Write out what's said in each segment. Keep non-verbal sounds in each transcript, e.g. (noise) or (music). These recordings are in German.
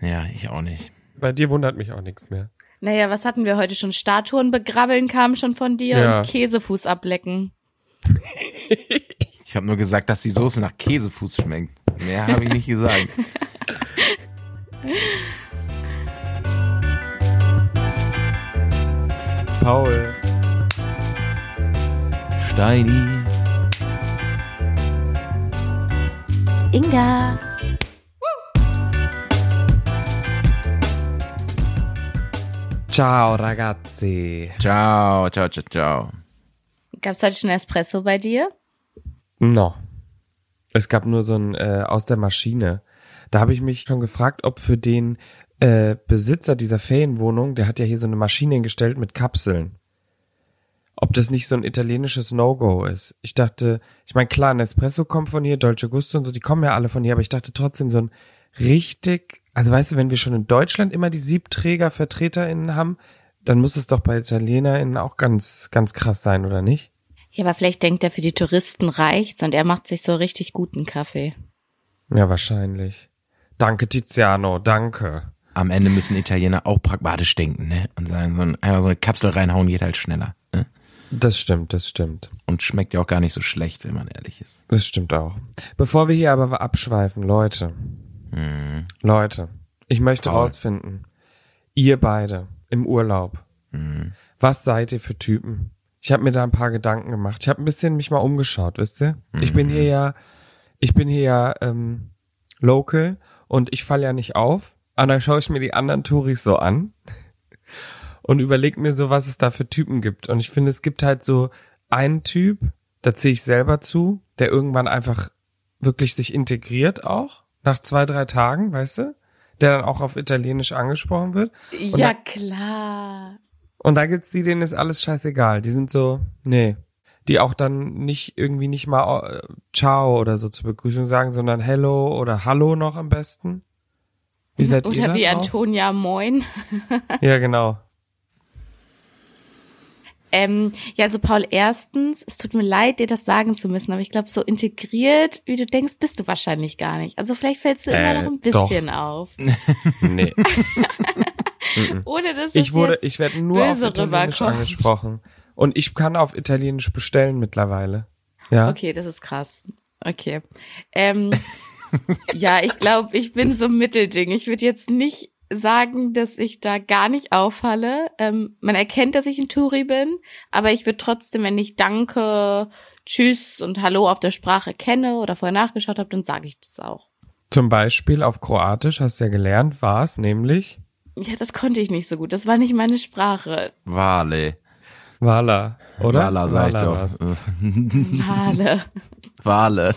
Ja, ich auch nicht. Bei dir wundert mich auch nichts mehr. Naja, was hatten wir heute schon? Statuen begrabbeln kam schon von dir Ja. und Käsefuß ablecken. Ich habe nur gesagt, dass die Soße nach Käsefuß schmeckt. Mehr habe ich nicht gesagt. Paul. (laughs) Steini. Inga. Ciao, ragazzi. Ciao, ciao, ciao, ciao. Gab's heute schon Espresso bei dir? No. Es gab nur so ein äh, aus der Maschine. Da habe ich mich schon gefragt, ob für den äh, Besitzer dieser Ferienwohnung, der hat ja hier so eine Maschine hingestellt mit Kapseln, ob das nicht so ein italienisches No-Go ist. Ich dachte, ich meine, klar, Nespresso kommt von hier, Dolce Gusto und so, die kommen ja alle von hier, aber ich dachte trotzdem so ein richtig, also weißt du, wenn wir schon in Deutschland immer die Siebträger, VertreterInnen haben, dann muss es doch bei ItalienerInnen auch ganz, ganz krass sein, oder nicht? Ja, aber vielleicht denkt er, für die Touristen reicht's und er macht sich so richtig guten Kaffee. Ja, wahrscheinlich. Danke, Tiziano, danke. Am Ende müssen Italiener auch pragmatisch denken, ne? Und sagen, so ein, einfach so eine Kapsel reinhauen geht halt schneller. Ne? Das stimmt, das stimmt. Und schmeckt ja auch gar nicht so schlecht, wenn man ehrlich ist. Das stimmt auch. Bevor wir hier aber abschweifen, Leute. Leute, ich möchte Paul. rausfinden, ihr beide im Urlaub, was seid ihr für Typen? Ich habe mir da ein paar Gedanken gemacht. Ich habe ein bisschen mich mal umgeschaut, wisst ihr? Ich bin hier ja, ich bin hier ja ähm, local und ich falle ja nicht auf. Und dann schaue ich mir die anderen Touris so an und überlege mir so, was es da für Typen gibt. Und ich finde, es gibt halt so einen Typ, da ziehe ich selber zu, der irgendwann einfach wirklich sich integriert auch, nach zwei, drei Tagen, weißt du? Der dann auch auf Italienisch angesprochen wird. Und Ja, klar. und da gibt's die, denen ist alles scheißegal. Die sind so, nee. Die auch dann nicht irgendwie nicht mal äh, Ciao oder so zur Begrüßung sagen, sondern Hello oder Hallo noch am besten. Wie seid ihr Mhm. Oder da wie drauf? Antonia Moin. Ja, genau. Ähm, ja, also Paul, erstens, es tut mir leid, dir das sagen zu müssen, aber ich glaube, so integriert, wie du denkst, bist du wahrscheinlich gar nicht. Also vielleicht fällst du immer Äh, noch ein doch. Hm. bisschen auf. Nee. Ohne dass es ich wurde, jetzt ich werde nur auf böse Italienisch rüberkommt. angesprochen. Und ich kann auf Italienisch bestellen mittlerweile. Ja. Okay, das ist krass. Okay. Ähm, (laughs) ja, ich glaube, ich bin so ein Mittelding. Ich würde jetzt nicht sagen, dass ich da gar nicht auffalle. Ähm, man erkennt, dass ich ein Touri bin, aber ich würde trotzdem, wenn ich Danke, Tschüss und Hallo auf der Sprache kenne oder vorher nachgeschaut habe, dann sage ich das auch. Zum Beispiel auf Kroatisch hast du ja gelernt, war es nämlich Ja, das konnte ich nicht so gut. Das war nicht meine Sprache. Wale. Vala, oder? Wala, sag ich doch. war's. Wale. (laughs) Wale.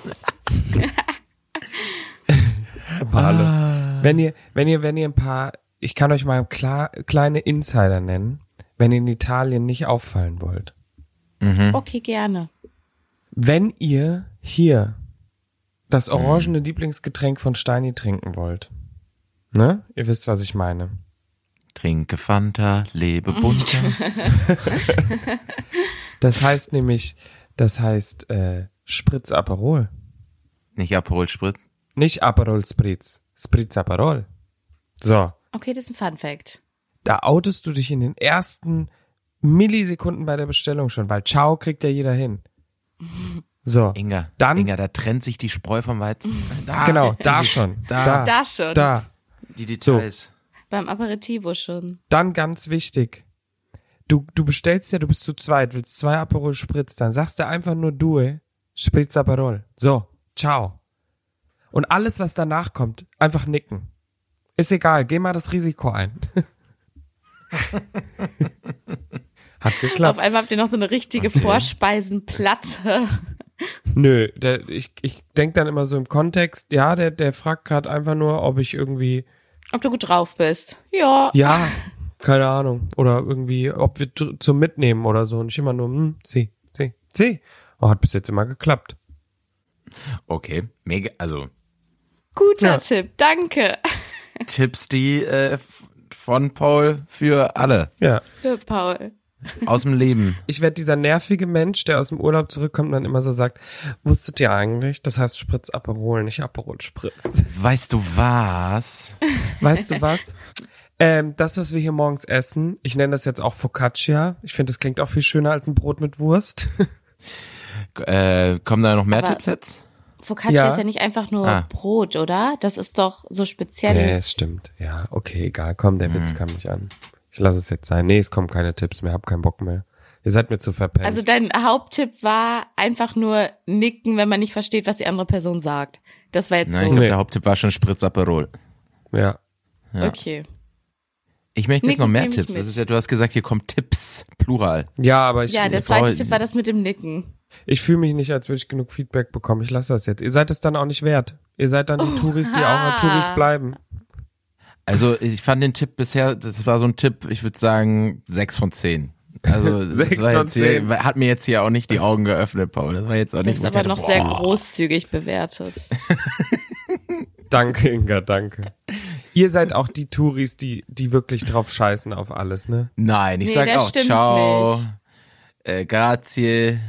Wale. Ah. Wenn ihr, wenn ihr, wenn ihr ein paar, ich kann euch mal klar, kleine Insider nennen, wenn ihr in Italien nicht auffallen wollt. Hm. Okay, gerne. Wenn ihr hier das orangene Lieblingsgetränk von Steini trinken wollt, ne? Ihr wisst, was ich meine. Trinke Fanta, lebe (laughs) bunter. Das heißt nämlich, das heißt äh, Spritz Aperol. Nicht Aperol Sprit. Nicht Aperol Spritz, Spritz Aperol. So, Okay, das ist ein Fun Fact. da outest du dich in den ersten Millisekunden bei der Bestellung schon, weil Ciao kriegt ja jeder hin. So, Inga, Dann- Inga, da trennt sich die Spreu vom Weizen. Da, genau, da schon, da, da, Da schon. Ah, da. die Details. Beim Aperitivo schon. Dann ganz wichtig, du, du bestellst ja, du bist zu zweit, willst zwei Aperol Spritz, dann sagst du einfach nur Due, Spritz Aperol. So, Ciao. Und alles, was danach kommt, einfach nicken. Ist egal, geh mal das Risiko ein. (laughs) Hat geklappt. Auf einmal habt ihr noch so eine richtige Vorspeisenplatte. Nö, der, ich, ich denk dann immer so im Kontext, ja, der, der fragt gerade einfach nur, ob ich irgendwie, Ob du gut drauf bist. Ja. ja, keine Ahnung, oder irgendwie, ob wir dr- zum Mitnehmen oder so. Und ich immer nur, hm, sie, sie, sie. Oh, hat bis jetzt immer geklappt. Okay, mega, also Guter Ja. Tipp. Danke. Tipps, die äh, f- von Paul für alle. Ja. Für Paul. Aus dem Leben. Ich werde dieser nervige Mensch, der aus dem Urlaub zurückkommt und dann immer so sagt, wusstet ihr eigentlich, das heißt Spritz Aperol, nicht (laughs) Aperol Spritz. Weißt du was? Weißt du was? Ähm, das, was wir hier morgens essen, ich nenne das jetzt auch Focaccia. Ich finde, das klingt auch viel schöner als ein Brot mit Wurst. Äh, kommen da noch mehr Aber- Tipps jetzt? Focaccia Ja. ist ja nicht einfach nur Ah. Brot, oder? Das ist doch so Nee, spezielles. es stimmt. Ja, okay, egal. Komm, der Hm. Witz kam nicht an. Ich lasse es jetzt sein. Nee, es kommen keine Tipps mehr. Hab keinen Bock mehr. Ihr seid mir zu verpennt. Also dein Haupttipp war einfach nur nicken, wenn man nicht versteht, was die andere Person sagt. Das war jetzt Nein, ich so. glaube, Nee. der Haupttipp war schon Spritz Aperol. ja. Okay. Ich möchte jetzt Nicken noch mehr nehm ich Tipps. Das mit. ist ja, du hast gesagt, hier kommt Tipps, Plural. Ja, aber ich, Ja, der jetzt brauche zweite ich- Tipp war das mit dem Nicken. ich fühle mich nicht, als würde ich genug Feedback bekommen. Ich lasse das jetzt. Ihr seid es dann auch nicht wert. Ihr seid dann die Oh. Touris, die auch mal Touris Ah. bleiben. Also ich fand den Tipp bisher, das war so ein Tipp, ich würde sagen, sechs von zehn. (laughs) Also das Sechs war von jetzt hier, zehn. hat mir jetzt hier auch nicht die Augen geöffnet, Paul. Das war jetzt auch Das nicht, ist wo ich dachte, aber noch boah. sehr großzügig bewertet. Danke, Inga, danke. Ihr seid auch die Touris, die, die wirklich drauf scheißen auf alles, ne? Nein, ich Nee, sag das auch stimmt ciao, äh, grazie.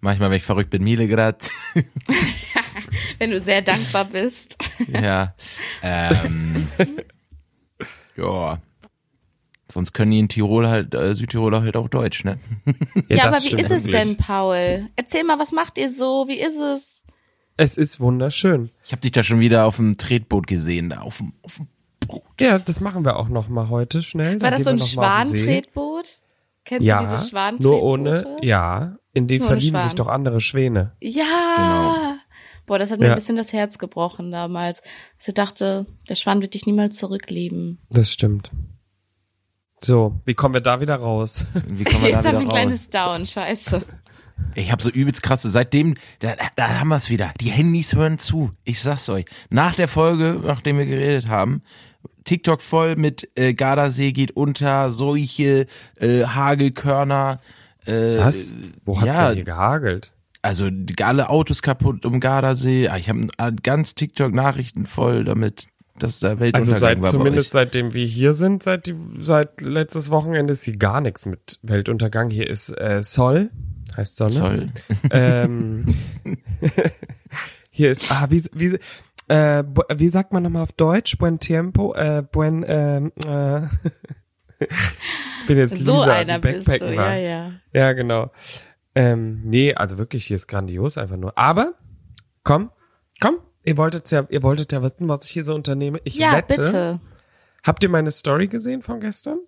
Manchmal, wenn ich verrückt bin, mille (laughs) grazie. Wenn du sehr dankbar bist. ja. Ähm, ja. Sonst können die in Tirol halt, äh, Südtiroler halt auch Deutsch, ne? Ja, das aber wie stimmt ist es wirklich. denn, Paul? Erzähl mal, was macht ihr so? Wie ist es? Es ist wunderschön. Ich habe dich da schon wieder auf dem Tretboot gesehen, da auf dem, auf dem Boot. Ja, das machen wir auch noch mal heute schnell. War Dann das so gehen ein wir noch mal auf den See. Schwan-Tretboot? Kennst du Ja, diese Schwan-Tretboote? nur ohne, ja, in den Nur ohne verlieben sich Schwan. doch andere Schwäne. Ja. Boah, das hat mir Genau. Ja. ein bisschen das Herz gebrochen damals. Dass ich dachte, der Schwan wird dich niemals zurücklieben. Das stimmt. So, wie kommen wir da wieder raus? Wie kommen wir Jetzt da haben wir ein wieder raus? kleines Down, scheiße. (laughs) Ich habe so übelst krasse, seitdem, da, da haben wir es wieder. Die Handys hören zu. Ich sag's euch. Nach der Folge, nachdem wir geredet haben, TikTok voll mit äh, Gardasee geht unter, solche äh, Hagelkörner. Äh, Was? Wo hat's ja. denn hier gehagelt? Also die- alle Autos kaputt um Gardasee. Ah, Ich habe ganz TikTok-Nachrichten voll damit, dass da Also Weltuntergang seit, war zumindest bei euch. seitdem wir hier sind, seit, die, seit letztes Wochenende ist hier gar nichts mit Weltuntergang. Hier ist äh, Sol, heißt Sonne. Zoll. (laughs) Ähm, hier ist, ah, wie, wie, äh, bu- wie sagt man nochmal auf Deutsch? Buen Tiempo, äh, Buen, ähm, äh, (laughs) ich bin jetzt So Lisa, einer die bist Backpacken du, war. ja, ja. Ja, genau. Ähm, nee, also wirklich, hier ist grandios einfach nur. Aber, komm, komm, ihr wolltet ja, ihr wolltet ja wissen, was ich hier so unternehme. Ich Ja, wette. bitte. Habt ihr meine Story gesehen von gestern?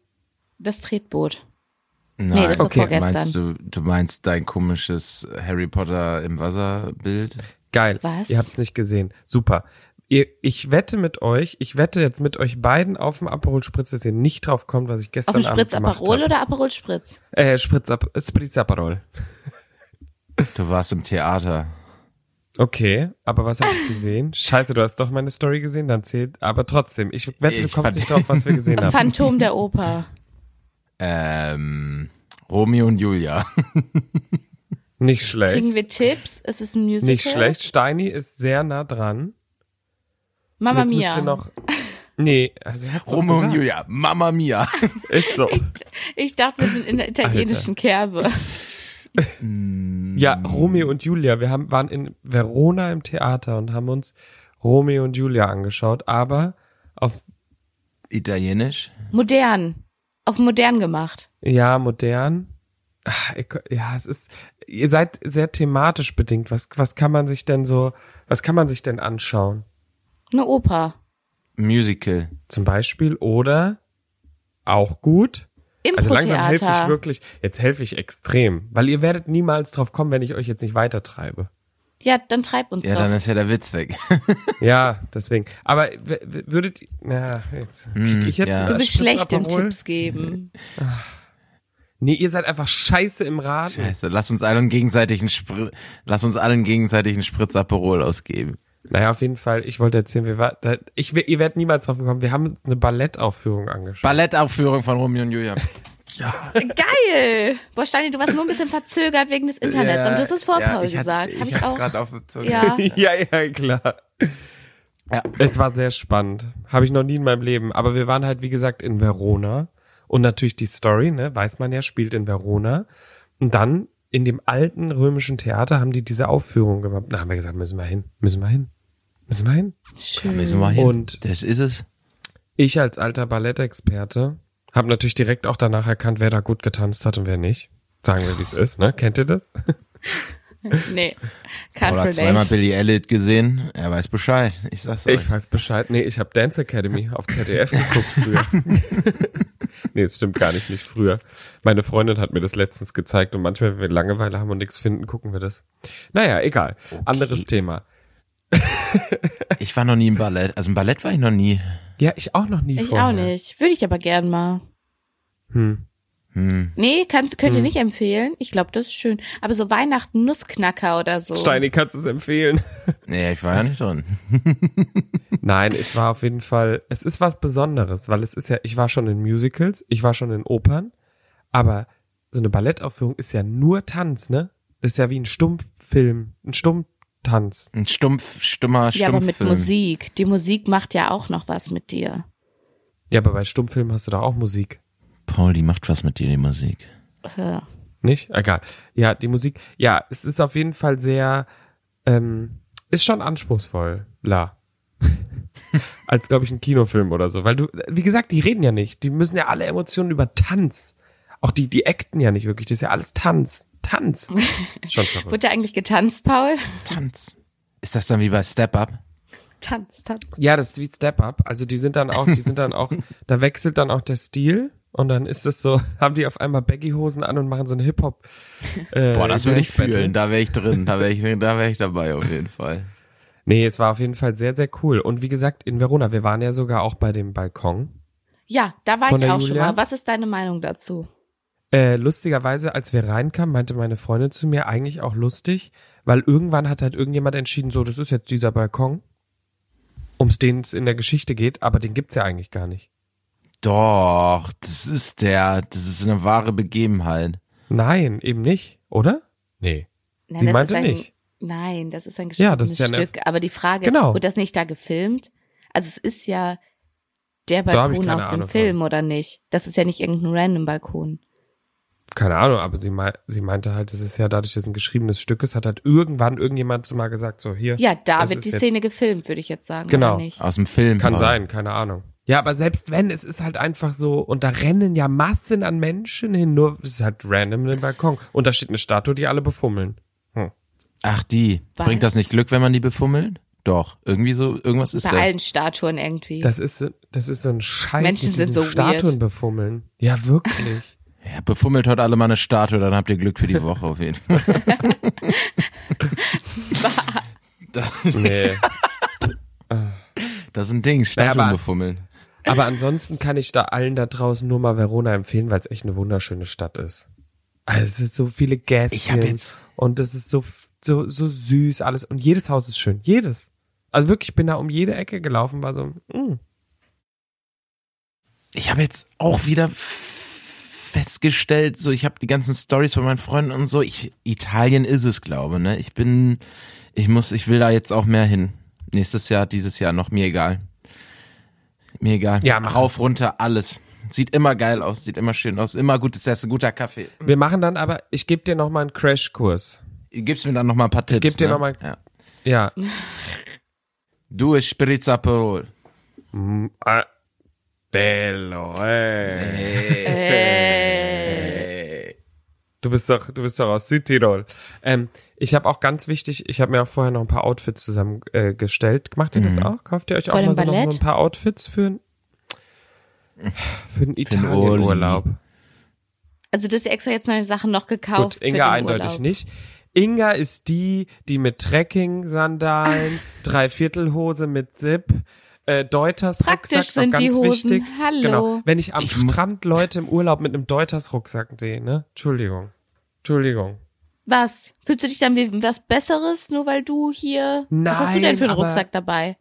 Das Tretboot. (laughs) Nein, das war okay. vorgestern. meinst du, du meinst dein komisches Harry Potter im Wasser-Bild? Geil. Was? Ihr habt's nicht gesehen. Super. Ihr, ich wette mit euch, ich wette jetzt mit euch beiden auf dem Aperol Spritz, dass ihr nicht drauf kommt, was ich Auf gestern dem Abend Spritz gemacht Aperol hab. oder (laughs) Aperol Spritz? Äh, Spritz, Ap- Spritz Aperol. Du warst im Theater. Okay, aber was habe (laughs) ich gesehen? Scheiße, du hast doch meine Story gesehen, dann zählt. Aber trotzdem, ich wette, du Ich kommst fand- nicht drauf, was wir (laughs) gesehen haben. Phantom der Oper. Ähm, Romeo und Julia. Nicht schlecht. Kriegen wir Tipps? Ist es ein Musical? Nicht schlecht. Steini ist sehr nah dran. Mama Jetzt müsst Mia. ihr noch. Nee, also er hat's (laughs) doch Romeo und gesagt. Julia, Mamma Mia. Ist (laughs) so. Ich dachte, wir sind (laughs) in der italienischen Kerbe. Ja, Romeo und Julia. Wir haben, waren in Verona im Theater und haben uns Romeo und Julia angeschaut, aber auf Italienisch. Modern. Auf modern gemacht. ja modern. Ah, ihr ko- Ja, es ist. Ihr seid sehr thematisch bedingt. Was was kann man sich denn so? Was kann man sich denn anschauen? Eine Oper. Musical. Zum Beispiel oder auch gut. Also langsam helfe ich Impro-Theater. wirklich, jetzt helfe ich extrem, weil ihr werdet niemals drauf kommen, wenn ich euch jetzt nicht weitertreibe. ja, dann treib uns Ja, doch. dann ist ja der Witz weg. Ja, deswegen. Aber w- w- würdet, na, jetzt krieg ich jetzt Hm, ja. wieder Du du bist Spitz schlecht im Aperol? (laughs) Tipps geben. Nee, ihr seid einfach scheiße im Raten. Scheiße, Also, lass uns allen gegenseitig einen Spr lass uns allen gegenseitig einen Spritz Aperol ausgeben. Naja, auf jeden Fall, ich wollte erzählen, wir war, da, ich, we- ihr werdet niemals drauf gekommen, wir haben uns eine Ballettaufführung angeschaut. Ballettaufführung von Romeo und (laughs) Julia. Geil! Boah, Steini, du warst nur ein bisschen verzögert wegen des Internets. Ja, aber du hast es vor ja, Paul ich hatte- gesagt. Ich Hab ich hab's auch. gerade auf der Zunge. (laughs) Ja. (laughs) ja, ja, klar. Ja. Es war sehr spannend. Habe ich noch nie in meinem Leben. Aber wir waren halt, wie gesagt, in Verona Und natürlich die Story, ne, weiß man ja, spielt in Verona. Und dann in dem alten römischen Theater haben die diese Aufführung gemacht. Da haben wir gesagt, müssen wir hin, müssen wir hin, müssen wir hin. Da Schön. müssen wir hin. Und- das ist es. Ich als alter Ballettexperte habe natürlich direkt auch danach erkannt, wer da gut getanzt hat und wer nicht. Sagen wir, wie es ist, ne? Kennt ihr das? Nee, can't Oder zweimal relate. Billy Elliot gesehen. Er weiß Bescheid. Ich sag's euch. Ich weiß Bescheid. Nee, ich habe Dance Academy auf ZDF geguckt früher. (laughs) nee, das stimmt gar nicht, nicht früher. Meine Freundin hat mir das letztens gezeigt und manchmal, wenn wir Langeweile haben und nichts finden, gucken wir das. Naja, egal. Anderes Thema. Ich war noch nie im Ballett. Also im Ballett war ich noch nie. Ja, ich auch noch nie Ich vorher. auch nicht. Würde ich aber gern mal. Hm. Nee, kannst, könnt ihr nicht empfehlen. Ich glaube, das ist schön. Aber so Weihnachten Nussknacker oder so. Steini, kannst du es empfehlen? Nee, ich war ja nicht drin. Nein, es war auf jeden Fall, es ist was Besonderes, weil es ist ja, ich war schon in Musicals, ich war schon in Opern, aber so eine Ballettaufführung ist ja nur Tanz, ne? Das ist ja wie ein Stummfilm, ein Stummtanz. Ein stumpf, stummer ja, Stummfilm. aber mit Musik. Die Musik macht ja auch noch was mit dir. Ja, aber bei Stummfilm hast du doch auch Musik, Paul, die macht was mit dir, die Musik. Äh, nicht? Egal. Ja, die Musik, ja, es ist auf jeden Fall sehr, ähm, ist schon anspruchsvoll, la. (laughs) Als, glaube ich, ein Kinofilm oder so. Weil du, wie gesagt, die reden ja nicht. Die müssen ja alle Emotionen über Tanz. Auch die, die acten ja nicht wirklich. Das ist ja alles Tanz. Tanz. Schon verrückt. Wurde da eigentlich getanzt, Paul? (laughs) Tanz. Ist das dann wie bei Step Up? Äh, Tanz, Tanz. Ja, das ist wie Step Up. Also die sind dann auch, die sind dann auch, da wechselt dann auch der Stil. Und dann ist es so, (laughs) haben die auf einmal Baggy-Hosen an und machen so eine Hip-Hop. Äh, Boah, das würde ich Dance-Battle. fühlen. Da wäre ich drin. Da wäre ich, (laughs) da wäre ich dabei auf jeden Fall. Nee, es war auf jeden Fall sehr, sehr cool. Und wie gesagt, in Verona, wir waren ja sogar auch bei dem Balkon. Ja, da war Von ich der auch schon Julia? mal. Was ist deine Meinung dazu? Äh, lustigerweise, als wir reinkamen, meinte meine Freundin zu mir, eigentlich auch lustig, weil irgendwann hat halt irgendjemand entschieden, so, das ist jetzt dieser Balkon, ums den es in der Geschichte geht, aber den gibt's ja eigentlich gar nicht. Doch, das ist der, das ist eine wahre Begebenheit. Nein, eben nicht, oder? Nee. Nein, Sie das meinte ist ein, nicht. Nein, das ist ein geschriebenes Ja, das ist ja eine- Stück. Aber die Frage Genau. ist, wurde das nicht da gefilmt? Also es ist ja der Da hab ich Balkon keine aus dem Ahnung von. Film, oder nicht? Das ist ja nicht irgendein random Balkon. Keine Ahnung, aber sie, mei sie meinte halt, es ist ja dadurch, dass es ein geschriebenes Stück ist, hat halt irgendwann irgendjemand so mal gesagt, so hier. Ja, da das wird ist die jetzt- Szene gefilmt, würde ich jetzt sagen. Genau. Oder nicht? Aus dem Film. Kann Paul. sein, keine Ahnung. Ja, aber selbst wenn, es ist halt einfach so, und da rennen ja Massen an Menschen hin, nur es ist halt random im Balkon. Und da steht eine Statue, die alle befummeln. Hm. Ach, die. Was? Bringt das nicht Glück, wenn man die befummelt? Doch. Irgendwie so, irgendwas ist Bei da. allen Statuen irgendwie. Das ist, so- das ist so ein Scheiß. Menschen mit sind diesen so weird. Statuen befummeln. Ja, wirklich. Ja, befummelt heute alle mal eine Statue, dann habt ihr Glück für die Woche auf jeden Fall. das, (laughs) nee. das ist ein Ding, Statuen aber- befummeln. Aber ansonsten kann ich da allen da draußen nur mal Verona empfehlen, weil es echt eine wunderschöne Stadt ist. Also es sind so viele Gäste. Ich hab jetzt- Und es ist so, f- so, so süß alles. Und jedes Haus ist schön. Jedes. Also wirklich, ich bin da um jede Ecke gelaufen, war so, mm. ich habe jetzt auch wieder f- festgestellt, so ich habe die ganzen Stories von meinen Freunden und so. Ich, Italien ist es, glaube ne. Ich bin, ich muss, ich will da jetzt auch mehr hin. Nächstes Jahr, dieses Jahr noch, mir egal. Mir egal. Ja, mach rauf, es. runter, alles. Sieht immer geil aus, sieht immer schön aus, immer gutes Essen, guter Kaffee. Wir machen dann aber, ich gebe dir nochmal einen Crashkurs. Gibst mir dann noch mal ein paar Tipps. geb dir ne? noch mal- Ja. Ja. Du es Spritz Aperol. Bello, ey. Ey. Du bist doch, du bist doch aus Südtirol. Ähm, ich habe auch ganz wichtig, ich habe mir auch vorher noch ein paar Outfits zusammengestellt. Äh, gestellt. Macht ihr das auch? Kauft ihr euch Mhm. Vor auch dem mal so noch Ballett? nur ein paar Outfits für, ein- für einen Italienurlaub? also du hast dir extra jetzt neue Sachen noch gekauft. Gut, für den Inga eindeutig Urlaub. nicht. Inga ist die, die mit Trekking-Sandalen, Dreiviertelhose mit Zip, äh, Deuters Rucksack, Praktisch ist auch sind ganz die Hosen. wichtig. Hallo. Genau. Wenn ich am Ich muss- (laughs) Strand Leute im Urlaub mit einem Deuters Rucksack sehe, ne? Entschuldigung. Entschuldigung. Was? Fühlst du dich dann wie was Besseres, nur weil du hier. was hast du Nein, denn für einen aber- Rucksack dabei?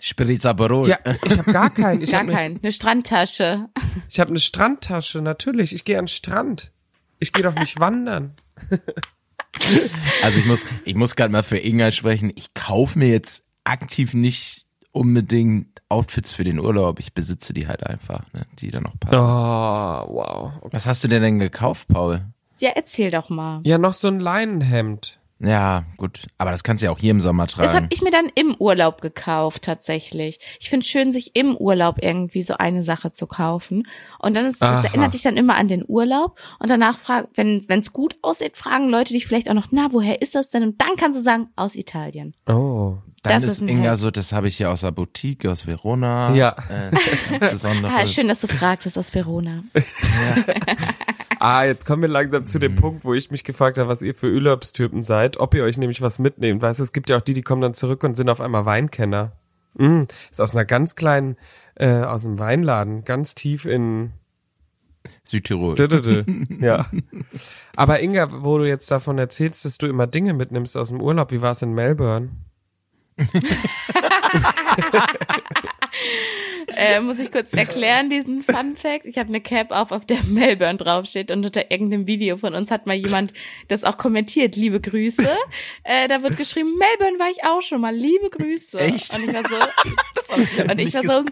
Spritz Aperol. Ja, ich habe gar keinen. Ich Gar habe keinen. Eine Strandtasche. Ich habe eine Strandtasche, natürlich. Ich gehe an den Strand. Ich gehe doch nicht wandern. Also ich muss, ich muss gerade mal für Inga sprechen. Ich kaufe mir jetzt aktiv nicht unbedingt Outfits für den Urlaub. Ich besitze die halt einfach, ne? die dann auch Oh, passen. wow. Okay. Was hast du denn denn gekauft, Paul? Ja, erzähl doch mal. Ja, noch so ein Leinenhemd. Ja, gut. Aber das kannst du ja auch hier im Sommer Das habe tragen. ich mir dann im Urlaub gekauft, tatsächlich. Ich finde es schön, sich im Urlaub irgendwie so eine Sache zu kaufen. Und dann ist, das Aha. erinnert dich dann immer an den Urlaub. Und danach fragen, wenn es gut aussieht, fragen Leute dich vielleicht auch noch, na, woher ist das denn? Und dann kannst du sagen, aus Italien. Oh. Dann das ist ist ein Inga Hemd. so, das habe ich hier aus der Boutique aus Verona. Ja. Äh, das ist ganz Besonderes. (laughs) Ah, schön, dass du fragst, das ist aus Verona. Ah, jetzt kommen wir langsam zu dem Punkt, wo ich mich gefragt habe, was ihr für Urlaubstypen seid, ob ihr euch nämlich was mitnehmt. Weißt du, es gibt ja auch die, die kommen dann zurück und sind auf einmal Weinkenner. Mm, ist aus einer ganz kleinen, äh, aus einem Weinladen, ganz tief in Südtirol. Dödödö. ja. Aber Inga, wo du jetzt davon erzählst, dass du immer Dinge mitnimmst aus dem Urlaub, wie war es in Melbourne? äh, muss ich kurz erklären, diesen Fun Fact. Ich habe eine Cap auf, auf der Melbourne draufsteht und unter irgendeinem Video von uns hat mal jemand das auch kommentiert. Liebe Grüße. Äh, da wird geschrieben, Melbourne war ich auch schon mal. Liebe Grüße. Echt? Und ich war so, und, ich nicht war so,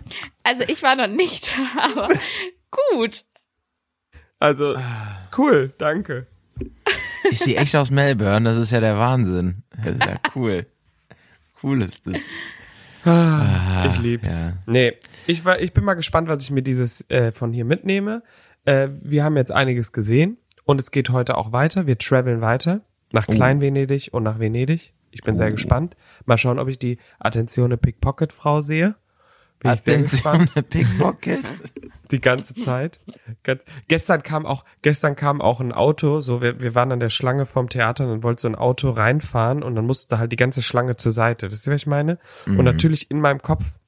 also ich war noch nicht da, aber gut. Also, cool, danke. Ich sehe echt aus Melbourne, das ist ja der Wahnsinn. Das ist ja cool. Cool ist das. Ah, ich lieb's. ja. Nee, ich, war, ich bin mal gespannt, was ich mir dieses äh, von hier mitnehme. Äh, wir haben jetzt einiges gesehen und es geht heute auch weiter. Wir traveln weiter Oh. nach Klein-Venedig und nach Venedig. Ich bin sehr gespannt. Mal schauen, ob ich die Attenzione Pickpocket-Frau sehe. Bin ich sehr Attention, (laughs) gespannt. Pickpocket. Die ganze Zeit. Ganz, gestern kam auch, gestern kam auch ein Auto, so wir, wir waren an der Schlange vom Theater und dann wollte so ein Auto reinfahren und dann musste halt die ganze Schlange zur Seite. Wisst ihr, was ich meine? Und natürlich in meinem Kopf,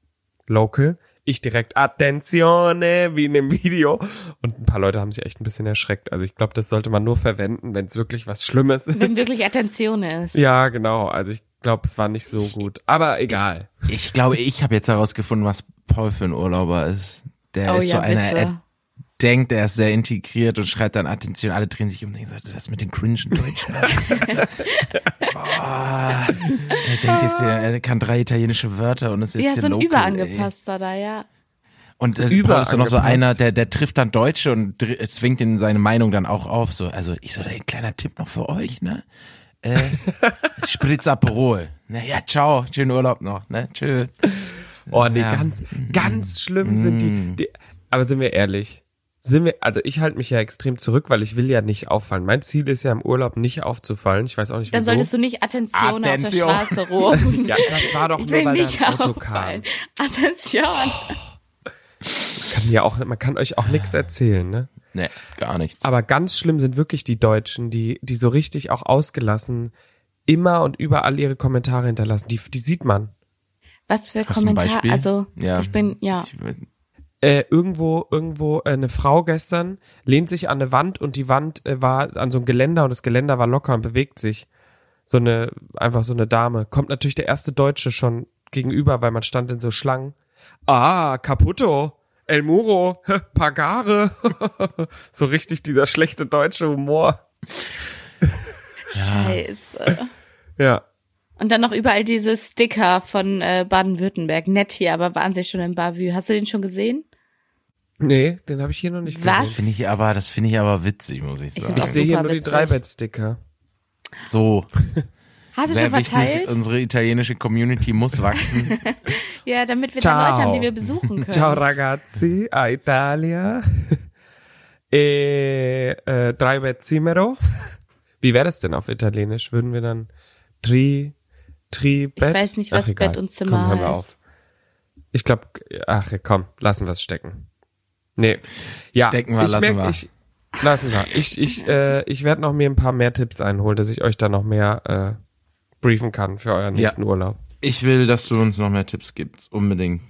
local, ich direkt, Attenzione, wie in dem Video. Und ein paar Leute haben sich echt ein bisschen erschreckt. Also ich glaube, das sollte man nur verwenden, wenn es wirklich was Schlimmes Wenn ist. wirklich Attention ist. Ja, genau. Also ich glaube, es war nicht so gut. Aber egal. Ich glaube, ich habe jetzt herausgefunden, was Paul für ein Urlauber ist. Der Oh ist ja, so einer, bitte. er denkt, er ist sehr integriert und schreibt dann Attention. Alle drehen sich um und denken, so, das mit den cringen Deutschen. Das- (laughs) Boah, er denkt jetzt, hier, er kann drei italienische Wörter und ist jetzt Ja, hier so ein local, ey. Überangepasster da, ja. Und äh, Überall Paul ist dann noch so angepasst. einer, der, der trifft dann Deutsche und dr- zwingt ihnen seine Meinung dann auch auf. So, also ich so, ein kleiner Tipp noch für euch, ne? (laughs) Äh, Spritz Aperol. Na ja, ciao, schönen Urlaub noch, ne? Tschö. Oh nee, Ja. ganz, ganz schlimm sind die, die. Aber sind wir ehrlich? Sind wir, also ich halte mich ja extrem zurück, weil ich will ja nicht auffallen. Mein Ziel ist ja im Urlaub nicht aufzufallen. Ich weiß auch nicht, Dann wieso. solltest du nicht Attention auf der Attention. Straße rufen. ja, das war doch (laughs) Ich nur, will weil nicht da ein Auto auffallen. kam. Attention. kann ja auch, man kann euch auch nichts erzählen, ne? Ne, gar nichts. Aber ganz schlimm sind wirklich die Deutschen, die, die so richtig auch ausgelassen immer und überall ihre Kommentare hinterlassen. Die, die sieht man. Was für Hast du ein Kommentar? Beispiel? Also Ja. ich bin ja. Ich will- äh, irgendwo, irgendwo äh, eine Frau gestern lehnt sich an eine Wand und die Wand äh, war an so einem Geländer und das Geländer war locker und bewegt sich. So eine, einfach so eine Dame. Kommt natürlich der erste Deutsche schon gegenüber, weil man stand in so Schlangen. Ah, Caputo, El Muro, (laughs) Pagare. (laughs) so richtig dieser schlechte deutsche Humor. Scheiße. Ja. Und dann noch überall diese Sticker von äh, Baden-Württemberg. Nett hier, aber waren sie schon in Bavü. Hast du den schon gesehen? Nee, den habe ich hier noch nicht Was? Das gesehen. finde ich aber, das finde ich aber witzig, muss ich Ich sagen. Ich auch sehe hier super nur die witzig. Dreibett-Sticker. so, Hast du sehr schon verteilt? wichtig, Ähm, unsere italienische Community muss wachsen. ja, damit wir Ciao. dann Leute haben, die (laughs) wir besuchen können. Ciao ragazzi, a Italia. E, äh, drei Bezzimero. Wie wäre das denn auf Italienisch? Würden wir dann tri, tri, Bett? weiß nicht, was Ach, egal. Bett und Zimmer komm, hören wir heißt. auf. Ich glaube, ach komm, lassen wir es stecken. Nee. Ja, Stecken wir, ich lassen wir. Ich, lassen wir. Ich, ich, äh, ich werde noch mir ein paar mehr Tipps einholen, dass ich euch da noch mehr äh, briefen kann für euren Ja. nächsten Urlaub. (laughs) Ich will, dass du uns noch mehr Tipps gibst, unbedingt.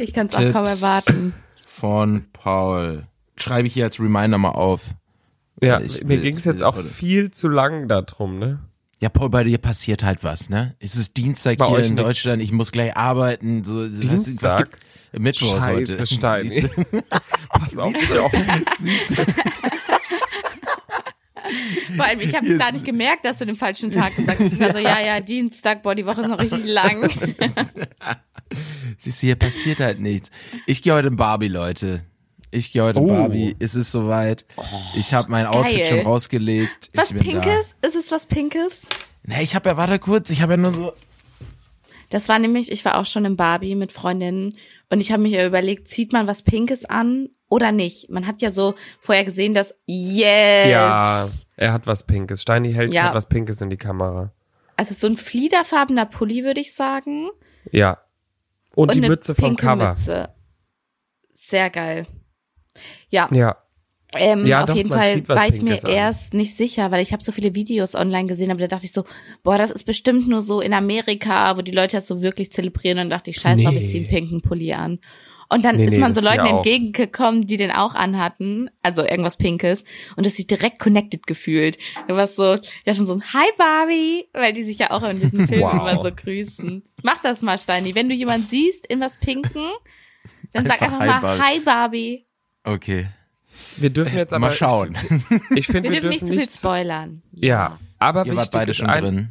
Ich kann es auch kaum Tipps. erwarten. Von Paul. Schreibe ich hier als Reminder mal auf. Ja, Ich mir will- ging es will- jetzt auch warte. viel zu lang darum, ne? Ja, Paul, bei dir passiert halt was, ne? Es ist Dienstag Bei hier euch in nix. Deutschland, ich muss gleich arbeiten. So, Was, was Dienstag? gibt Mittwoch ist heute? Scheiße, Steini. (laughs) Siehst du? Pass auf dich auf. Siehst du? Vor allem, ich habe Hier gar ist- nicht gemerkt, dass du den falschen Tag gesagt hast. Also ja, ja, Dienstag, boah, die Woche ist noch richtig lang. Siehst du, hier passiert halt nichts. Ich gehe heute in Barbie, Leute. Ich gehe heute in Oh. Barbie. Es ist soweit. Ich habe mein Outfit geil. schon rausgelegt. Was ich bin Pinkes? Ist es was Pinkes? Da. Nee, ich habe ja, warte kurz, ich habe ja nur so. Das war nämlich, ich war auch schon im Barbie mit Freundinnen und ich habe mir ja überlegt, zieht man was Pinkes an oder nicht? Man hat ja so vorher gesehen, dass yes. Ja, er hat was Pinkes. Steini hält Ja. grad was Pinkes in die Kamera. Also so ein fliederfarbener Pulli, würde ich sagen. Ja. Und, die eine Mütze vom pinke Cover. Mütze. Sehr geil. Ja, Ja. ähm, Ja, auf doch, jeden man Fall zieht was war ich mir Pinkes an. erst nicht sicher, weil ich habe so viele Videos online gesehen, aber da dachte ich so, boah, das ist bestimmt nur so in Amerika, wo die Leute das so wirklich zelebrieren und dachte ich, scheiß drauf, Nee. ich zieh einen pinken Pulli an. Und dann Nee, ist nee, man so das hier Leuten auch. entgegengekommen, die den auch anhatten, also irgendwas Pinkes, und das sich direkt connected gefühlt. Du warst so, ja schon so ein Hi Barbie, weil die sich ja auch in diesen Filmen Wow. immer so grüßen. Mach das mal, Steini. Wenn du jemanden siehst in was Pinken, dann sag Einfach einfach Hi mal Barbie. Hi Barbie. Okay. Wir dürfen jetzt Äh, aber. Mal schauen. (laughs) Ich, ich finde, wir Wir, dürfen nicht zu viel nichts- spoilern. Ja. Aber Ihr wart wichtig beide ist schon ein, drin.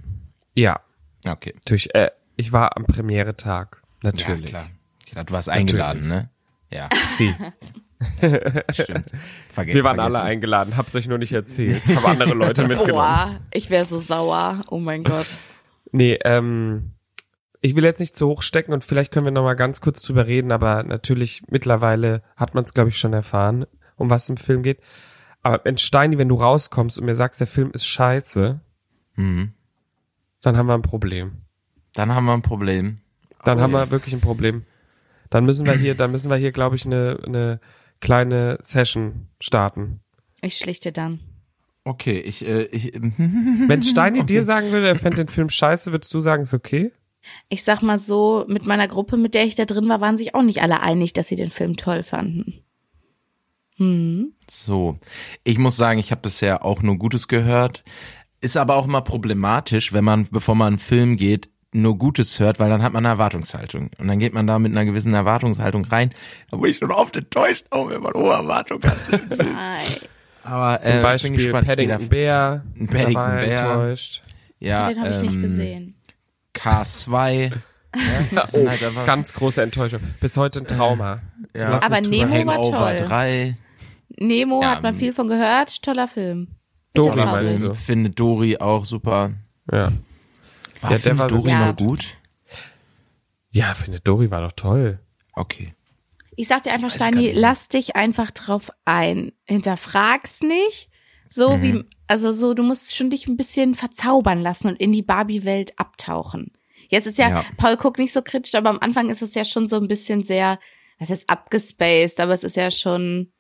Ja. Okay. Natürlich. Äh, ich war am Premiere-Tag. Ja, Natürlich. klar. Ich dachte, du warst eingeladen, ne? Ja, Sie. (laughs) stimmt. Verge Wir waren alle vergessen. eingeladen, hab's euch nur nicht erzählt. Haben andere Leute (laughs) mitgenommen. Boah, ich wäre so sauer. Oh mein Gott. Nee, ähm, ich will jetzt nicht zu hoch stecken und vielleicht können wir noch mal ganz kurz drüber reden, aber natürlich mittlerweile hat man es, glaube ich, schon erfahren, um was im Film geht. Aber wenn Steini, wenn du rauskommst und mir sagst, der Film ist scheiße, dann haben wir ein Problem. Mhm. Dann haben wir ein Problem. Dann Oh haben je. wir wirklich ein Problem. Dann müssen wir hier, dann müssen wir hier, glaube ich, eine, eine kleine Session starten. Ich schlichte dann. Okay, ich, äh, ich, (laughs) Wenn Steini dir sagen würde, er fände den Film scheiße, würdest du sagen, ist okay? Ich sag mal so, mit meiner Gruppe, mit der ich da drin war, waren sich auch nicht alle einig, dass sie den Film toll fanden. Hm. So, ich muss sagen, ich habe bisher auch nur Gutes gehört. Ist aber auch immer problematisch, wenn man, bevor man einen Film geht, nur Gutes hört, weil dann hat man eine Erwartungshaltung. Und dann geht man da mit einer gewissen Erwartungshaltung rein. Da wurde ich schon oft enttäuscht, auch wenn man hohe Erwartungen hat. Nein. Aber Zum äh, Beispiel ich bin gespannt. Paddington Ich gehe Bear. Paddington da war er Bear. Enttäuscht. da, ja, den habe ich nicht ähm, gesehen. K2. Ja, das sind halt einfach- Oh, Äh, Ganz große Enttäuschung. Bis heute ein Trauma. Ja. Lass Aber mich drüber Nemo hängen. war Hangover toll. 3. Nemo ja, hat man ähm, viel von gehört. Toller Film. Dori Toller meinst Film. du? Finde Dori auch super. War, Ja. Ja, der finde war Dori wirklich- noch gut? Ja, finde Dori war doch toll. Okay. Ich sag dir einfach, weiß gar Steini, nicht. lass dich einfach drauf ein. Hinterfrag's nicht. So wie, Mhm. also so, du musst schon dich ein bisschen verzaubern lassen und in die Barbie-Welt abtauchen. Jetzt ist ja, Ja. Paul guckt nicht so kritisch, aber am Anfang ist es ja schon so ein bisschen sehr, was ist abgespaced, aber es ist ja schon,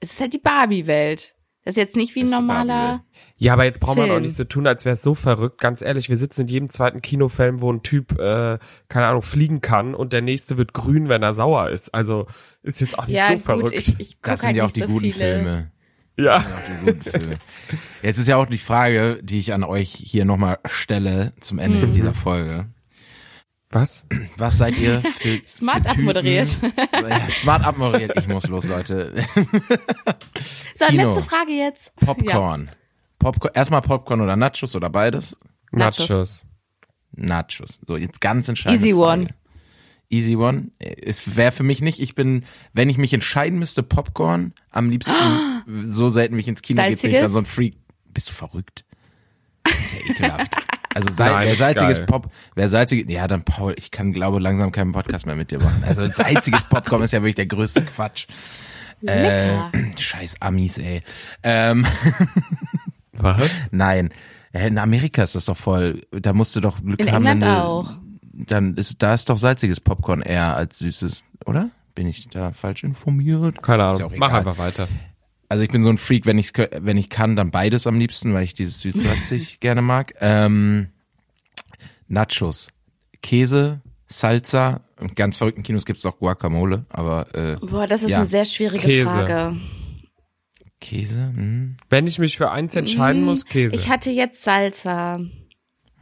es ist halt die Barbie-Welt. Das ist jetzt nicht wie ein Ist die normaler. Ja, aber jetzt braucht man auch Film. nicht so tun, als wäre es so verrückt. Ganz ehrlich, wir sitzen in jedem zweiten Kinofilm, wo ein Typ, äh, keine Ahnung, fliegen kann und der nächste wird grün, wenn er sauer ist. Also ist jetzt auch nicht Ja, so gut, verrückt. ich, ich guck Das sind halt ja auch nicht die so guten viele. Filme. (laughs) ja. Ja, die guten Filme. (laughs) Jetzt ist ja auch die Frage, die ich an euch hier nochmal stelle zum Ende Mhm. dieser Folge. Was? Was seid (laughs) ihr für Smart für Typen? abmoderiert. Ja, Smart abmoderiert. Ich muss los, (laughs) Leute. So, Kino. letzte Frage jetzt. Popcorn. Popcorn. Erstmal Popcorn oder Nachos oder beides. Nachos. Nachos. Nachos. So, jetzt ganz entscheidend. Easy Frage. one. Easy One. Es wäre für mich nicht, ich bin, wenn ich mich entscheiden müsste, Popcorn, am (gasps) liebsten so selten wie ich ins Kino gehe, bin ich Salziges? dann so ein Freak. Bist du verrückt? Ist ja ekelhaft. Also sal Nein, wer ist salziges geil. Pop, wer salziges, ja dann Paul, ich kann glaube langsam keinen Podcast mehr mit dir machen. Also salziges Popcorn ist ja wirklich der größte Quatsch. Ja. Lecker. Äh. (clears throat) Scheiß Amis, ey. Ähm, Was? nein. Äh, In Amerika ist das doch voll, da musst du doch Glück In haben. wenn England du- auch. Dann ist, da ist doch salziges Popcorn eher als süßes, oder? Bin ich da falsch informiert? Keine Ist ja auch Ahnung. Mach egal. einfach weiter. Also ich bin so ein Freak, wenn ich wenn ich kann, dann beides am liebsten, weil ich dieses (laughs) süß-salzig gerne mag. Ähm, Nachos, Käse, Salsa. In ganz verrückten Kinos gibt's auch Guacamole, aber äh, Boah, das ist Ja. eine sehr schwierige Käse. Frage. Käse. Hm, Mhm. Wenn ich mich für eins entscheiden muss, Käse. Ich hatte jetzt Salsa.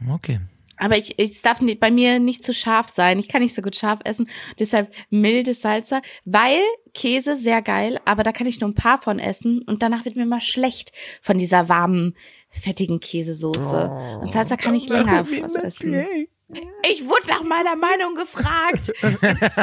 okay. Aber ich, ich es darf ni- bei mir nicht zu scharf sein. Ich kann nicht so gut scharf essen. Deshalb milde Salsa, weil Käse sehr geil, aber da kann ich nur ein paar von essen und danach wird mir mal schlecht von dieser warmen, fettigen Käsesoße. und Salsa kann Oh. ich länger was essen. Ich wurde nach meiner Meinung gefragt.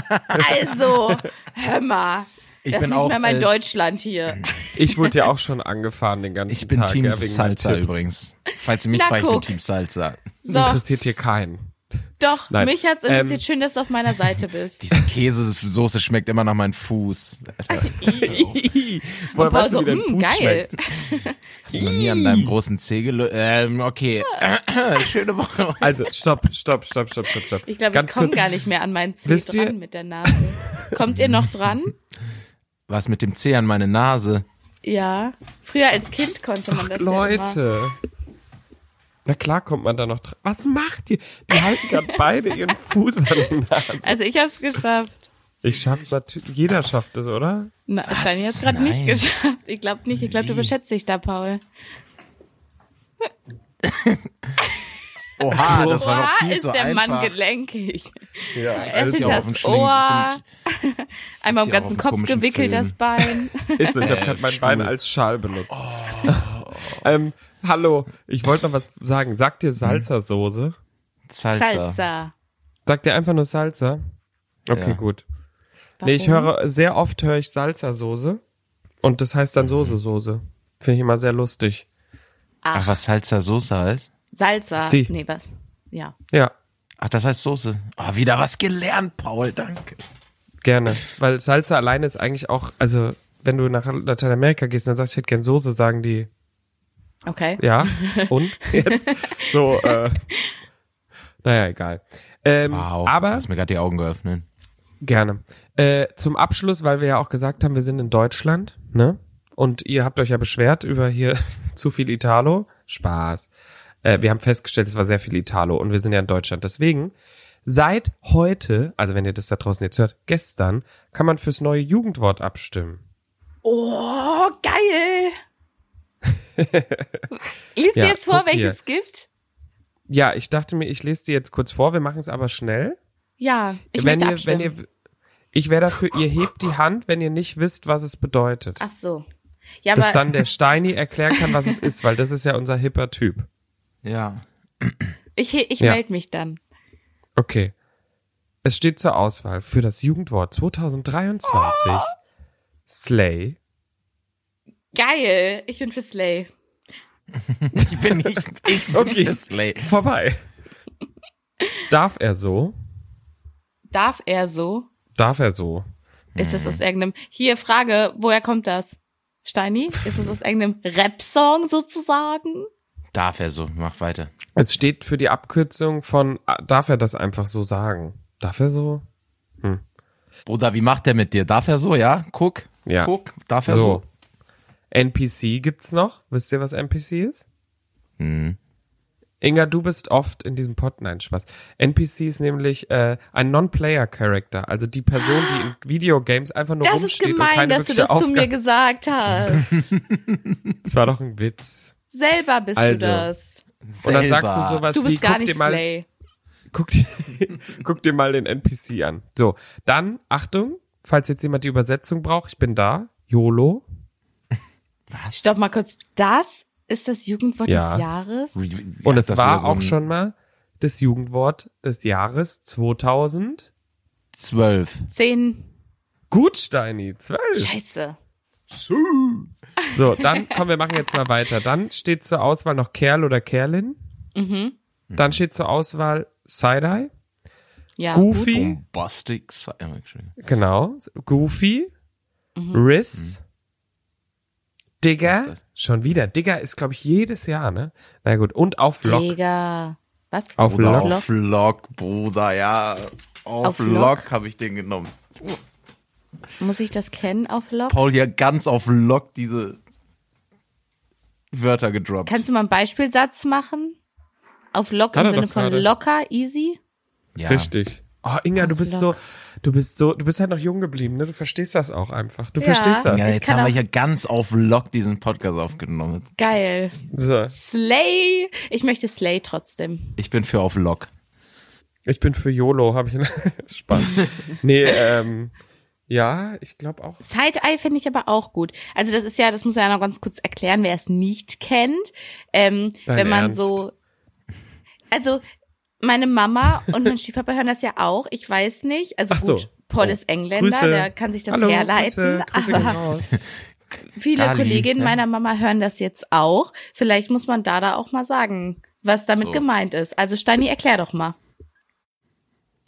also, hör mal. Ich das bin ist nicht auch, mehr mein äh, Deutschland hier. Ich wurde ja auch schon angefahren den ganzen Ich bin Tag. Team ja, wegen meinen Salsa Tipps. übrigens. Falls ihr mich Na, fragt, ich bin guck. Team Salsa. So, Interessiert hier (laughs) keinen. doch, Nein. mich hat's Ähm, interessiert. Schön, dass du auf meiner Seite (laughs) bist. Diese Käsesoße schmeckt immer nach meinem Fuß. Woher War weißt du, so, wie dein mm, Fuß geil. schmeckt? Hast du noch nie an deinem großen Zeh gelöst? Ähm, okay. (clears throat) Schöne Woche. Also, stopp, stopp, stopp, stopp, stopp, stopp. Ich glaube, ich Ganz komme kurz. gar nicht mehr an meinen Zeh Wisst dran ihr- mit der Nase. Kommt ihr noch dran? Was mit dem Zeh an meine Nase? Ja. Früher als Kind konnte man Ach, das Ja Leute. Na klar kommt man da noch dran. Was macht ihr? Die halten (laughs) gerade beide ihren Fuß an die Nase. immer. Also ich habe es geschafft. Ich schaff's natürlich. Jeder schafft es, oder? Na, Steini hat es gerade Nein. nicht geschafft. Ich glaube nicht. Ich glaube, du Wie? überschätzt dich da, Paul. Oha, das war doch Oha, viel ist zu der einfach. Mann gelenkig. Ja. Das Es ist ist ja auch auf dem das Schlingen. Ohr. Einmal hier um auch auf ganzen einem Kopf komischen gewickelt, Film. das Bein. Ist so, ich habe gerade mein Bein als Schal benutzt. (laughs) ähm, hallo, ich wollte noch was sagen. Sagt dir Salsa-Soße? Salsa. Salsa. Sagt dir einfach nur Salsa? Okay, Ja. gut. Nee, ich Warum? höre, sehr oft höre ich Salsa-Soße. Und das heißt dann Soße-Soße. Finde ich immer sehr lustig. Ach, was Salsa Soße halt? Salsa. Sie. Nee, was? Ja. Ja, Ach, das heißt Soße. Ah, wieder was gelernt, Paul, danke. gerne. Weil Salsa alleine ist eigentlich auch, also, wenn du nach Lateinamerika gehst und dann sagst, ich hätte gern Soße, sagen die, Okay. Ja, und jetzt so, äh, naja, egal. Ähm, Wow, aber hast mir gerade die Augen geöffnet. gerne. Äh, zum Abschluss, weil wir ja auch gesagt haben, wir sind in Deutschland, ne? Und ihr habt euch ja beschwert über hier (laughs) zu viel Italo. Spaß. Äh, wir haben festgestellt, es war sehr viel Italo und wir sind ja in Deutschland. Deswegen, seit heute, also wenn ihr das da draußen jetzt hört, gestern, kann man fürs neue Jugendwort abstimmen. Oh, geil. Lies dir Ja, jetzt vor, guck hier. welches es gibt? Ja, ich dachte mir, ich lese die jetzt kurz vor, wir machen es aber schnell. Ja, ich wenn möchte ihr, abstimmen. wenn ihr, ich wäre dafür, ihr hebt die Hand, wenn ihr nicht wisst, was es bedeutet. Ach so. Ja, Dass aber dann der Steini erklären kann, was es ist, weil das ist ja unser hipper Typ. Ja. ich, ich Ja. melde mich dann. Okay. Es steht zur Auswahl für das Jugendwort 2023 Slay. Geil. Ich bin für Slay. (laughs) Ich bin nicht. Ich bin Okay. das Slay. Vorbei. Darf er so? Darf er so? Darf er so? Ist es aus Mhm. irgendeinem. Hier, Frage, woher kommt das? Steini? Ist es aus irgendeinem Rap-Song sozusagen? Darf er so, mach weiter. Es steht für die Abkürzung von ah, darf er das einfach so sagen? Darf er so? Bruder, wie macht der mit dir? Darf er so, ja? Guck. Ja. Guck, darf er So. so? NPC gibt's noch. Wisst ihr, was NPC ist? Hm. Inga, du bist oft in diesem Pod. Nein, Spaß. NPC ist nämlich äh, ein Non-Player-Character, also die Person, die in Videogames einfach nur Ah! Das ist rumsteht und gemein, keine dass du wirkliche das zu mir Aufgabe. gesagt (laughs) hast. Das war doch ein Witz. Selber bist Also, du das. Und Selber. dann sagst du sowas Du wie, bist gar guck, nicht dir mal, Slay. guck, dir, (laughs) guck dir mal den NPC an. So, dann, Achtung, falls jetzt jemand die Übersetzung braucht, ich bin da. YOLO. Was? Stopp mal kurz. Das ist das Jugendwort Ja. des Jahres? Wie- wie- Und ja, es das war wieder so auch ein schon mal das Jugendwort des Jahres 2000. Zwölf. Zehn. Gut, Steini, 12. (laughs) Scheiße. So, dann komm, wir machen jetzt mal weiter. Dann steht zur Auswahl noch Kerl oder Kerlin. Mhm. Dann steht zur Auswahl Side-Eye. Ja. Goofy. Bombastic. Sci- oh, Entschuldigung. Genau. Goofy. Riss. Mhm. Was Digger. ist das? Schon wieder. Digger ist, glaube ich, jedes Jahr, ne? Na gut. Und auf Lock. Digga. Was? Auf Bruder, Lock. auf Lock, Bruder, ja. Auf, Auf Lock? Lock habe ich den genommen. Muss ich das kennen auf Lock? Paul hier ganz auf Lock diese Wörter gedroppt. Kannst du mal einen Beispielsatz machen? Auf Lock Hat im er Sinne doch von gerade. locker, easy? ja. Richtig. Oh, Inga, du bist so, Lock. du bist so, du bist halt noch jung geblieben, ne? Du verstehst das auch einfach. Du Ja. verstehst das. Ja, Ich jetzt kann haben wir auch- hier ganz auf Lock diesen Podcast aufgenommen. Geil. So. Slay. Ich möchte Slay trotzdem. Ich bin für auf Lock. Ich bin für YOLO, habe ich (laughs) Spaß. (laughs) nee, ähm, ja, ich glaube auch. Side-Eye finde ich aber auch gut. Also das ist ja, das muss man ja noch ganz kurz erklären, wer es nicht kennt. Ähm, Dein wenn man Ernst? so. Also meine Mama (laughs) und mein Stiefpapa hören das ja auch. Ich weiß nicht. Also Ach so. gut, Paul Oh, ist Engländer, Grüße. der kann sich das Hallo, herleiten. Ah. Grüße, Grüße gehen aber raus. viele Dali, Kolleginnen ne? meiner Mama hören das jetzt auch. Vielleicht muss man da da auch mal sagen, was damit So. gemeint ist. Also Steini, erklär doch mal.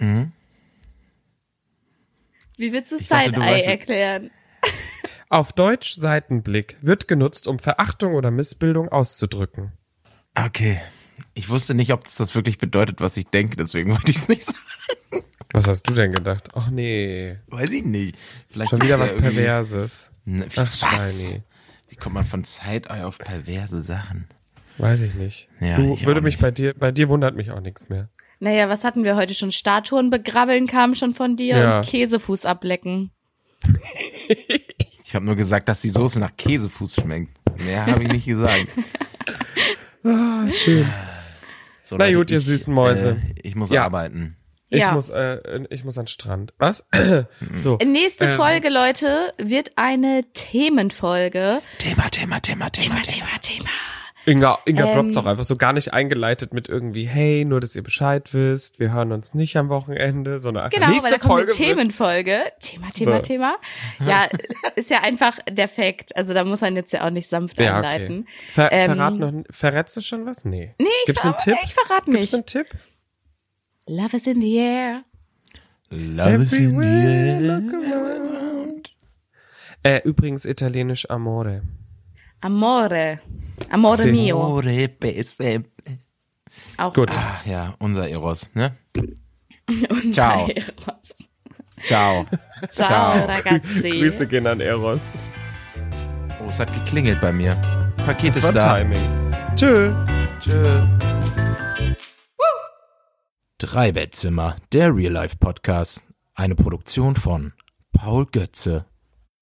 Mhm. Wie willst du Ich dachte, du Side-Eye weißt- erklären? Auf Deutsch Seitenblick wird genutzt, um Verachtung oder Missbildung auszudrücken. Okay. Ich wusste nicht, ob das, das wirklich bedeutet, was ich denke, deswegen wollte ich es nicht (laughs) sagen. Was hast du denn gedacht? Ach nee, Weiß ich nicht. Vielleicht schon ist wieder ja was irgendwie- Perverses. Ne, Ach, was? was? Steini. Wie kommt man von Side-Eye auf perverse Sachen? Weiß ich nicht. Ja, du ich würde auch mich nicht. bei dir, bei dir wundert mich auch nichts mehr. Naja, was hatten wir heute schon? Statuen begrabbeln kam schon von dir Ja. und Käsefuß ablecken. Ich habe nur gesagt, dass die Soße nach Käsefuß schmeckt. Mehr habe ich nicht (laughs) gesagt. Ah, Ah. Schön. So, Na gut, ihr süßen Mäuse. Äh, ich muss Ja. arbeiten. Ich Ja. muss, äh, ich muss an den Strand. Was? (clears throat) so. Nächste Ähm. Folge, Leute, wird eine Themenfolge. Thema, Thema, Thema, Thema, Thema. Thema, Thema. Inga, Inga Ähm. droppt's auch einfach so gar nicht eingeleitet mit irgendwie, hey, nur dass ihr Bescheid wisst, wir hören uns nicht am Wochenende, sondern einfach Genau, nächste weil da kommt Folge eine wird- Themenfolge. Thema, Thema, So. (laughs) Thema. Ja, ist ja einfach der Fact. Also da muss man jetzt ja auch nicht sanft Ja, okay. anleiten. Ver Ähm. verrat noch, verrätst du schon was? Nee. Nee, ich, Gibt's einen ver Tipp? ich verrate Gibt's nicht. einen Tipp? Love is in the air. Love is in the air. Äh, übrigens italienisch Amore. Amore. Amore Sì. mio. Amore, besse. Auch (laughs) Gut. Ach ja, unser Eros, ne? unser Ciao. Eros. Ciao. Ciao, Ciao. (laughs) ragazzi. Grüße gehen an Eros. Oh, es hat geklingelt bei mir. Paket Das ist war da. Timing. Tschö. Tschö. Drei Bettzimmer, der Real Life Podcast. Eine Produktion von Paul Götze.